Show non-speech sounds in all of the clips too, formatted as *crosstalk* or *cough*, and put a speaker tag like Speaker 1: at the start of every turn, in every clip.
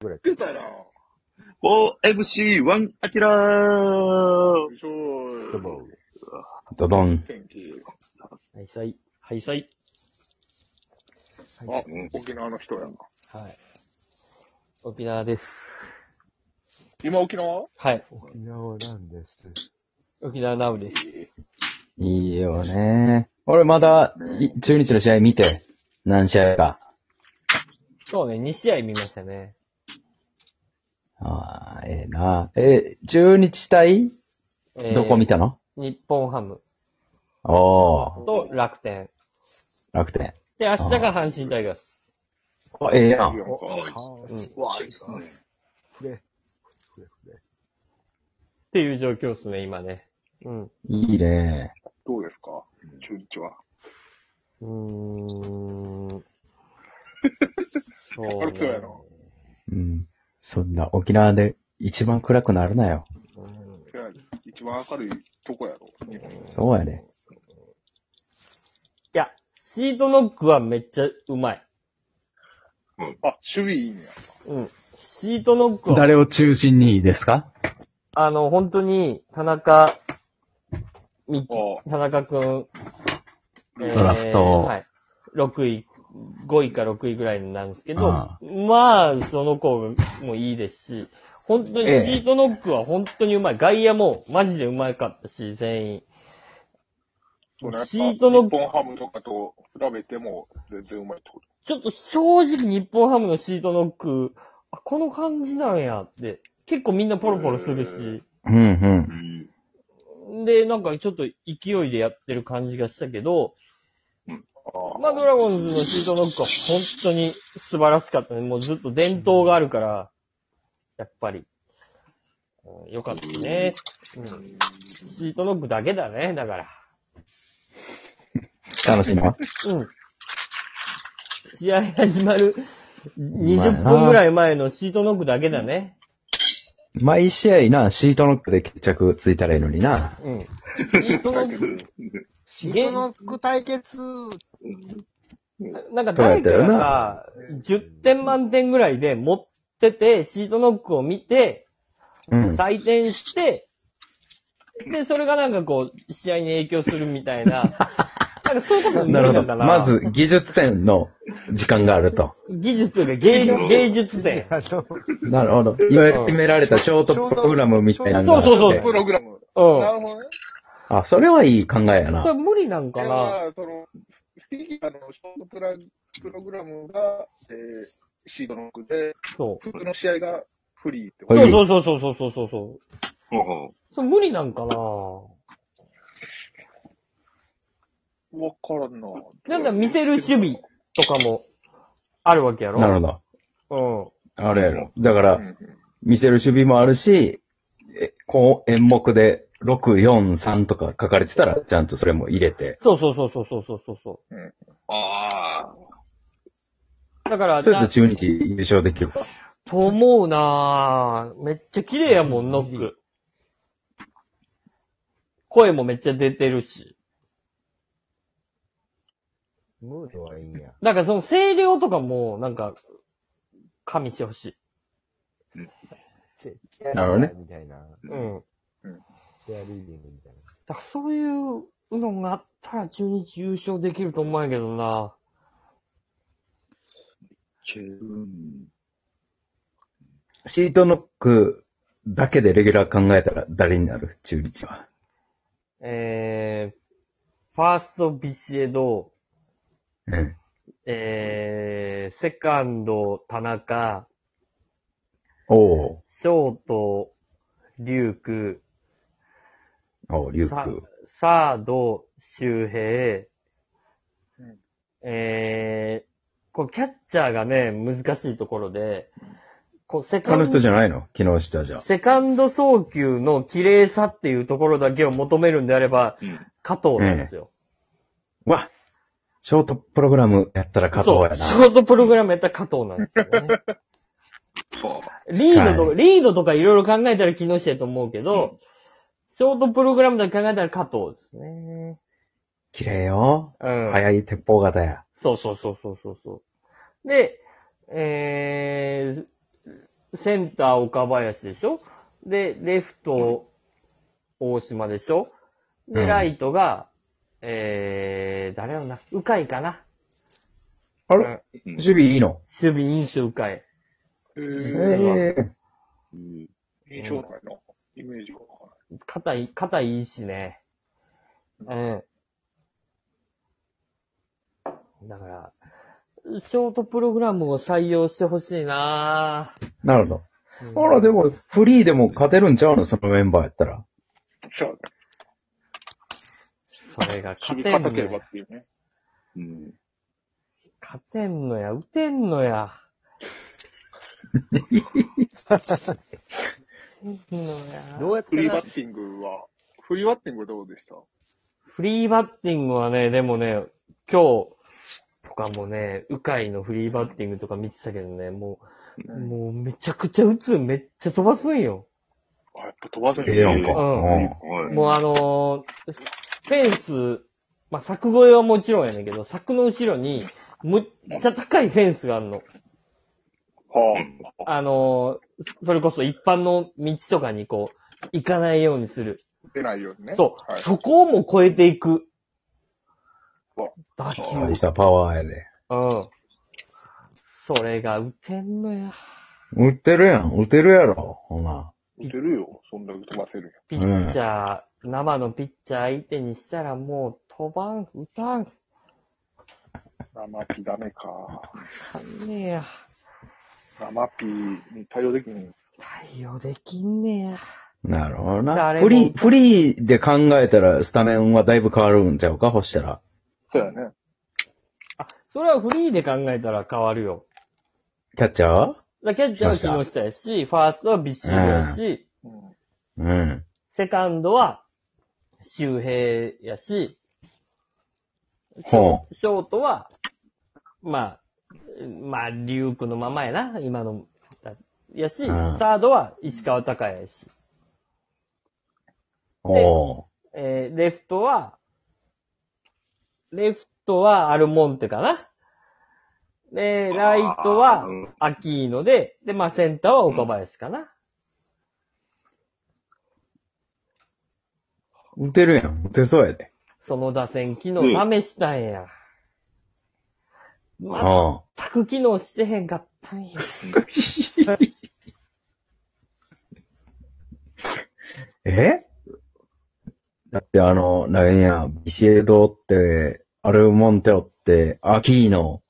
Speaker 1: ぐらい
Speaker 2: 出たな。
Speaker 3: 4MC1 アキラー
Speaker 2: ちょ
Speaker 1: ドボー。
Speaker 3: ドドン。
Speaker 2: 天気。
Speaker 4: はい、さい。はい、さい。
Speaker 2: あ
Speaker 4: は、
Speaker 2: 沖縄の人やな。
Speaker 4: い。はい。沖縄です。
Speaker 2: 今沖縄
Speaker 4: はい。
Speaker 1: 沖縄なんです。
Speaker 4: 沖縄ナウです。
Speaker 3: いいよね。俺まだ、い中日の試合見て、何試合か。
Speaker 4: そうね、2試合見ましたね。
Speaker 3: ああ、ええな。え中日対、
Speaker 4: え
Speaker 3: どこ見たの
Speaker 4: 日本ハム
Speaker 3: おー、
Speaker 4: と楽天。
Speaker 3: 楽天。
Speaker 4: で、明日が阪神タイガース。
Speaker 3: あええや
Speaker 2: いい
Speaker 3: ん。
Speaker 2: やんか
Speaker 4: うんっ
Speaker 2: わあ、いいっすね。
Speaker 1: ふれ、ふれふれ。
Speaker 4: ていう状況ですね、今ね。うん。
Speaker 3: いいね。
Speaker 2: どうですか中日は。
Speaker 4: うーん。そう
Speaker 2: あれそうやな。
Speaker 3: うん。そんな沖縄で一番暗くなるなよ。
Speaker 4: うん
Speaker 2: せや一番明るいとこやろ。日本の
Speaker 3: そうやね。
Speaker 4: いや、シートノックはめっちゃうまい。
Speaker 2: あ、守備いいんや。
Speaker 4: うん。シートノックは
Speaker 3: 誰を中心にですか
Speaker 4: あの、本当に、田中、み
Speaker 2: あ
Speaker 4: 田中くん、
Speaker 2: ド
Speaker 3: ラフト
Speaker 4: はい。6位、5位か6位ぐらいなんですけど、
Speaker 3: あ
Speaker 4: まあ、その子もいいですし、本当にシ
Speaker 3: ええ
Speaker 4: ートノックは本当にうまい。外野もマジでうまかったし、全員。
Speaker 2: そのやっぱ
Speaker 4: シートの
Speaker 2: 日本ハムとかと比べても全然うまいってこ
Speaker 4: ちょっと正直日本ハムのシートノック、あ、この感じなんやって、結構みんなポロポロする
Speaker 2: へえ
Speaker 4: し、
Speaker 3: うんうん
Speaker 2: と。。うん。
Speaker 4: で、なんかちょっと勢いでやってる感じがしたけど、
Speaker 2: あ
Speaker 4: まあ、ドラゴンズのシートノックは本当に素晴らしかったね。もうずっと伝統があるから、やっぱり。うんよかったね。うん。シートノックだけだね、だから。
Speaker 3: 楽しいの
Speaker 4: うん。試合始まる20分ぐらい前のシートノックだけだね。
Speaker 3: 毎試合な、シートノックで決着ついたらいいのにな。
Speaker 4: うん。シートノック、
Speaker 2: あ。
Speaker 1: シートノック対決
Speaker 4: なんか誰かがさ、10点満点ぐらいで持ってて、シートノックを見て、
Speaker 3: うん。
Speaker 4: 採点して、で、それがなんかこう、試合に影響するみたいな、なんかそういうことに
Speaker 3: な
Speaker 4: な
Speaker 3: る
Speaker 4: る
Speaker 3: ほ
Speaker 4: のか
Speaker 3: ど。
Speaker 4: な。
Speaker 3: ま、ず、技術点の時間があると。
Speaker 4: 技術というか芸術芸術点。
Speaker 1: あの、
Speaker 3: なるほど。いわゆる決められたショートプログラムみたいなのがあって
Speaker 4: そうそうそう
Speaker 2: プログラム。
Speaker 4: う。
Speaker 2: なんるほどね。
Speaker 3: あ、それはいい考えや
Speaker 4: それ
Speaker 3: な。
Speaker 4: 無理なんか
Speaker 2: い
Speaker 4: な。
Speaker 2: や、その、フィギュアのショートプラプログラムが、えー、シートノックで、
Speaker 4: そう。
Speaker 2: 普通の試合がフリーってこ
Speaker 3: は
Speaker 2: と。
Speaker 3: い
Speaker 4: そうそうそうそうそうそうそう。それ無理なんかな。
Speaker 2: わからんな。
Speaker 4: なんか見せる守備とかもあるわけやろ
Speaker 3: なるほど。
Speaker 4: ほ
Speaker 3: あれやろ。だか
Speaker 2: う
Speaker 3: ら、
Speaker 2: ん
Speaker 3: 見せる守備もあるし、えこう、演目で、6、4、3とか書かれてたら、ちゃんとそれも入れて。
Speaker 4: うん。そうそうそうそうそうそうそうそ
Speaker 2: あ
Speaker 4: う。だから、
Speaker 3: それと
Speaker 4: な
Speaker 3: 中日優勝できる。
Speaker 4: と思うなぁ。めっちゃ綺麗やもん、ノック。声もめっちゃ出てるし。
Speaker 1: ムードはいいんや。
Speaker 4: なんかその声量とかも、なんか、加味してほしい。
Speaker 3: なるほどね
Speaker 1: みたいな。
Speaker 4: うん。
Speaker 1: シェアリーディングみたいな。
Speaker 4: だからそういうのがあったら中日優勝できると思うんやけどな
Speaker 3: シートノックだけでレギュラー考えたら誰になる中日は。
Speaker 4: えー、ファーストビシエド、
Speaker 3: うん。
Speaker 4: えー、セカンド田中、
Speaker 3: おう
Speaker 4: ショート龍空、
Speaker 3: おうリュ
Speaker 4: さ
Speaker 3: ウク。
Speaker 4: サード、周平、
Speaker 2: うん
Speaker 4: えー、こう、キャッチャーがね、難しいところで、こう、セカ
Speaker 3: あの
Speaker 4: ン
Speaker 3: 人
Speaker 4: ド、
Speaker 3: じゃないの昨日したじゃん。
Speaker 4: セカンド送球の綺麗さっていうところだけを求めるんであれば、
Speaker 2: うん
Speaker 4: 加藤なんですよ。
Speaker 3: わショートプログラムやったら加藤
Speaker 4: そ
Speaker 3: や
Speaker 4: う、シ
Speaker 3: な。
Speaker 4: ョートプログラムやったら加藤なんですよ
Speaker 3: *laughs*
Speaker 4: ね。リードとか、
Speaker 3: は
Speaker 4: リードとかいろいろ考えたら木下やと思うけど、ショートプログラムだけ考えたら加藤ですね。
Speaker 3: 綺麗よ。
Speaker 4: うん。
Speaker 3: 早い鉄砲型や。
Speaker 4: そうそうそうそうそうそう。で、えー、センター岡林でしょで、レフト大島でしょ
Speaker 3: う
Speaker 4: で、
Speaker 3: ん
Speaker 4: ライトが、えー、誰やろな、鵜飼かな。
Speaker 3: あれ守備いいの
Speaker 4: 守備印象鵜飼。
Speaker 2: え
Speaker 3: え
Speaker 2: ー、
Speaker 3: え
Speaker 5: うん。
Speaker 2: 印象ないな。イメージがわか
Speaker 4: 肩い、肩いいしね。うん。だから、ショートプログラムを採用してほしいなぁ。
Speaker 3: なるほど。
Speaker 4: うん
Speaker 3: あら、でも、フリーでも勝てるんちゃうのそのメンバーやったら。
Speaker 2: らない。じゃあ、
Speaker 4: それが勝
Speaker 2: 守
Speaker 4: て
Speaker 2: 備
Speaker 4: ん
Speaker 2: 硬
Speaker 4: の
Speaker 2: ければ
Speaker 4: や
Speaker 2: っ。ていうね。
Speaker 5: うん。
Speaker 4: 勝てんのや、打てんのや。打てんのや
Speaker 1: どうやっ
Speaker 2: フ
Speaker 1: て
Speaker 2: リー
Speaker 1: な
Speaker 2: バッティングは、フリーバッティングどうでした
Speaker 4: フリーバッティングはね、でもね、今日とかもね、鵜飼のフリーバッティングとか見てたけどね、もう、
Speaker 2: うん
Speaker 4: もうめちゃくちゃ打つ、めっちゃ飛ばすんよ。
Speaker 2: あ、やっぱ飛ばずに。
Speaker 3: ええやんか。
Speaker 4: う
Speaker 3: う
Speaker 4: ん
Speaker 3: ん
Speaker 5: はい。
Speaker 4: もうあのーフェンス、まあ、柵越えはもちろんやねんけど、柵の後ろに、むっちゃ高いフェンスがあるの。
Speaker 2: はあ。
Speaker 4: あのーそれこそ一般の道とかにこう、行かないようにする。
Speaker 2: 出ないようにね。
Speaker 4: そう、
Speaker 2: はい
Speaker 4: そこをも越えていく
Speaker 2: わ。
Speaker 4: 打球。う
Speaker 3: 大
Speaker 4: ん
Speaker 3: し。たパワーやで。
Speaker 4: それが打てんのや。
Speaker 3: 打ってるやん。打てるやろ。ほな。
Speaker 2: 打てるよ。そんだけ飛ばせる
Speaker 4: ピッチャー、生のピッチャー相手にしたらもう飛ばん、打たん、
Speaker 2: やん。生ピダメか。
Speaker 4: かんねや。
Speaker 2: 生ピに対応できん。
Speaker 4: 対応できんねや。
Speaker 3: なるほどな。
Speaker 4: 誰も
Speaker 3: フリー、フリーで考えたら、スタメンはだいぶ変わるんちゃうかほしたら。
Speaker 2: そうやね。
Speaker 4: あ、それはフリーで考えたら変わるよ。
Speaker 3: キャッチャーは
Speaker 4: だキャッチャーは木下やし、ファーストはビシードやし、
Speaker 2: うん。
Speaker 3: うん。
Speaker 4: セカンドは周平やし、
Speaker 3: ほ
Speaker 4: ショートは、まあ、まあ、リュウクのままやな、今の。やし、
Speaker 3: うん
Speaker 4: サードは石川隆也やし、
Speaker 3: う。ほ
Speaker 4: えー、レフトは、レフトはアルモンテかな。で、ライトは
Speaker 5: うん
Speaker 4: アキーノで、で、まあ、センターは岡林かな。
Speaker 3: う。打てるやん。打てそうやで。
Speaker 4: その打線機能試したんや。全
Speaker 3: うん。
Speaker 4: く機能してへんかったんや。
Speaker 3: えだってあの、なんや、ビシエドって、アルモンテオって、アキーノ。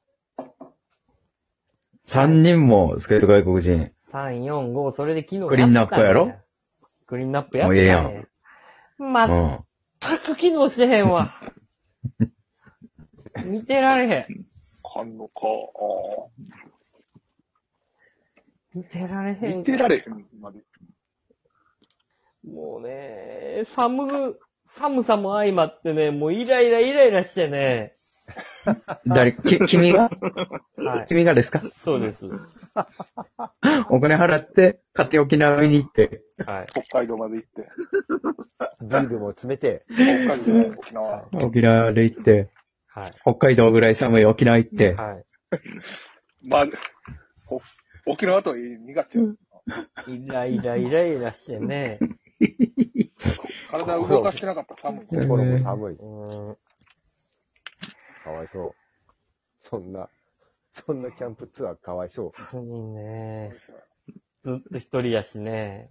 Speaker 3: 三人もスケート外国人。
Speaker 4: 3、4、5、それで機能
Speaker 3: クリーンナップやろ
Speaker 4: クリーンナップやっ
Speaker 3: もう
Speaker 4: たん
Speaker 3: ええや
Speaker 4: や
Speaker 3: ん。う
Speaker 4: 全
Speaker 3: ん。
Speaker 4: く機能してへん
Speaker 3: *laughs*
Speaker 4: わ。見てられへん。
Speaker 2: かんのか。あ
Speaker 4: 見てられ
Speaker 2: あ。
Speaker 4: へん
Speaker 2: 見。てられへんまで。
Speaker 4: もうね、寒、寒さも相まってね、もうイライライライラしてね。
Speaker 3: 誰、き、君が
Speaker 4: はい。
Speaker 3: 君がですか
Speaker 4: そうです。
Speaker 3: お金払って、買って沖縄見に行って。
Speaker 4: はい。
Speaker 2: 北海道まで行って。
Speaker 1: ビールも詰めて、
Speaker 2: 北海道じゃない、沖縄。
Speaker 3: 沖縄で行って、
Speaker 4: はい。
Speaker 3: 北海道ぐらい寒い沖縄行って。 *laughs*
Speaker 4: は
Speaker 2: まあ、ほ沖縄とはいえ2月や。
Speaker 4: い。イライライライラしてね。
Speaker 2: 体を動かしてなかったら寒い。
Speaker 1: 心も寒い。
Speaker 4: うーん。
Speaker 1: かわいそう。そんな、そんなキャンプツアーかわいそう。
Speaker 4: 本当にね、ずっと一人やしね。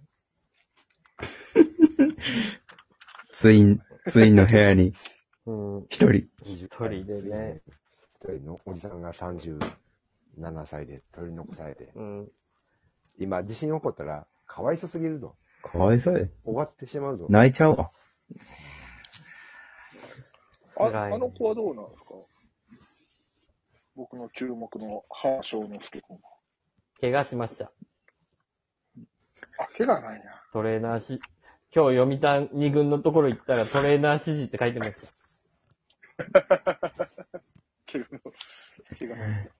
Speaker 3: ツイン、ツインの部屋に
Speaker 1: うん。
Speaker 3: 一人。
Speaker 1: 一
Speaker 4: 人でね。
Speaker 1: 一人のおじさんが37歳で取り残されて。
Speaker 4: うん。
Speaker 1: 今、地震起こったら、かわいそすぎるぞ。
Speaker 3: かわいそうや。
Speaker 1: 終わってしまうぞ。
Speaker 3: 泣いちゃうわ。
Speaker 2: あ
Speaker 4: 辛いね
Speaker 2: あの子はどうなんですか僕の注目の浜翔之介君は。
Speaker 4: 怪我しました。
Speaker 2: あ、怪我ないな。
Speaker 4: トレーナーし、今日読みた二軍のところ行ったらトレーナー指示って書いてまし
Speaker 2: 怪我の、怪我ない。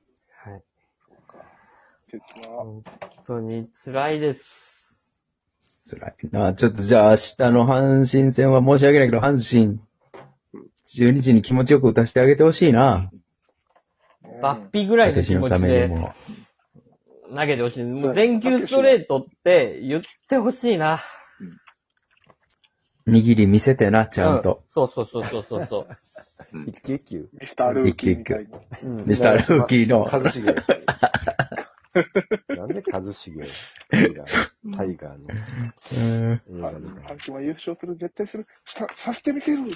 Speaker 4: た。はい。
Speaker 2: 鉄は、
Speaker 4: 本当に辛いです。
Speaker 3: 辛いな。ちょっとじゃあ明日の阪神戦は申し訳ないけど、阪神、12時に気持ちよく打たせてあげてほしいな。
Speaker 2: うん
Speaker 4: バッピぐらいの
Speaker 3: 私
Speaker 4: 気
Speaker 3: の
Speaker 4: 持
Speaker 3: た
Speaker 4: ち
Speaker 3: めに
Speaker 4: で、
Speaker 3: も。
Speaker 4: 投げてほしい。もう全球ストレートって言ってほしいな。
Speaker 3: 握り見せてな、ちゃんと。
Speaker 4: うそうそうそうそうそう *laughs* そう。
Speaker 1: 一球一球。
Speaker 2: ミスタールーキーみたいな。
Speaker 1: うん
Speaker 3: ミスタールーキーの
Speaker 1: 一茂。なんで一茂タイガー、タイガーの
Speaker 3: うん
Speaker 1: 映
Speaker 2: あ
Speaker 1: 画みたい
Speaker 2: 阪
Speaker 1: な。
Speaker 2: 神は優勝する、絶対する、したさせてみせるって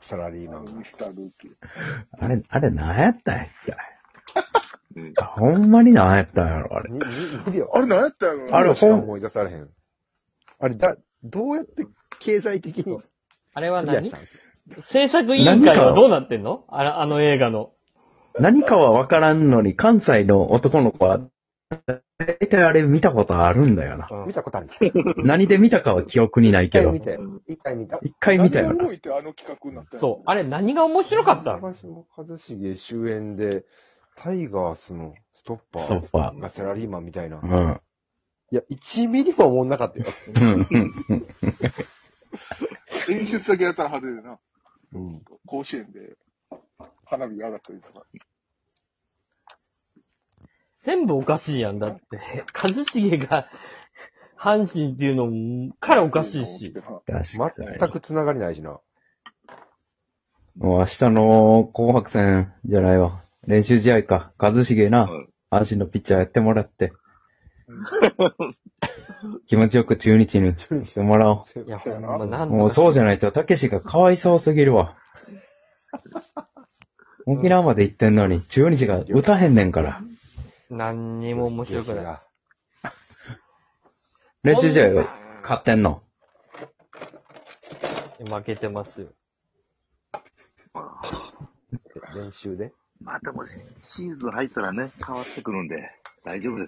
Speaker 1: サラリーマンが
Speaker 2: ミ。スタールーキー。
Speaker 3: あれ、あれ、なんやったんやった
Speaker 5: うん
Speaker 3: ほんまになんやったんやろ、あれ。
Speaker 1: にに2秒。
Speaker 2: あれ何やったの
Speaker 3: あ
Speaker 1: 二
Speaker 3: れ
Speaker 1: 秒しか
Speaker 3: ほん
Speaker 1: 思い出されへん。あれ、だ、どうやって経済的に
Speaker 4: あれは
Speaker 1: クリアし
Speaker 4: 何
Speaker 1: たん
Speaker 4: 制作委員会はどうなってんのあらあの映画の。
Speaker 3: 何かはわからんのに、関西の男の子は、大体あれ見たことあるんだよな。
Speaker 1: 見たことある。
Speaker 3: 何で見たかは記憶にない
Speaker 1: 一
Speaker 3: け
Speaker 1: 回
Speaker 3: ど
Speaker 1: 見。たよ。一回見た。
Speaker 3: 一回見たよ
Speaker 2: 何が
Speaker 3: な。
Speaker 2: 動いてあの企画になったの
Speaker 4: そう。あれ何が面白かったの
Speaker 1: 私も一茂主演で、タイガースのストッパ
Speaker 3: ソフ
Speaker 1: ー
Speaker 3: ァ
Speaker 1: がサラリーマンみたいな
Speaker 3: う。ん。
Speaker 1: いや、1ミリも思んなかったよ。
Speaker 3: うん。
Speaker 2: 演出だけやったら派手でな。
Speaker 1: うん。
Speaker 2: 甲子園で花火が上がったりとか。
Speaker 4: 全部おかしいやんだって。一茂が阪神っていうのからおかしいし。。
Speaker 3: 確かに。
Speaker 1: 全く繋がりないしな。
Speaker 3: もう明日の紅白戦じゃないわ。練習試合か。一茂な
Speaker 5: うん、
Speaker 3: 阪神のピッチャーやってもらって。気持ちよく中日に
Speaker 1: 中日
Speaker 3: してもらお
Speaker 4: いや、ほんま、な
Speaker 3: う。
Speaker 4: んとか
Speaker 3: もうそうじゃないと、たけしがかわいそうすぎる
Speaker 5: *laughs*
Speaker 3: わ。沖縄まで行ってんのに、中日が歌へんねんから。
Speaker 4: 何にも面白くない。
Speaker 1: い。
Speaker 3: 練習試合は勝ってんの。
Speaker 4: 負けてますよ。
Speaker 1: 練習で
Speaker 5: またもうシーズン入ったらね、変わってくるんで、大丈夫です。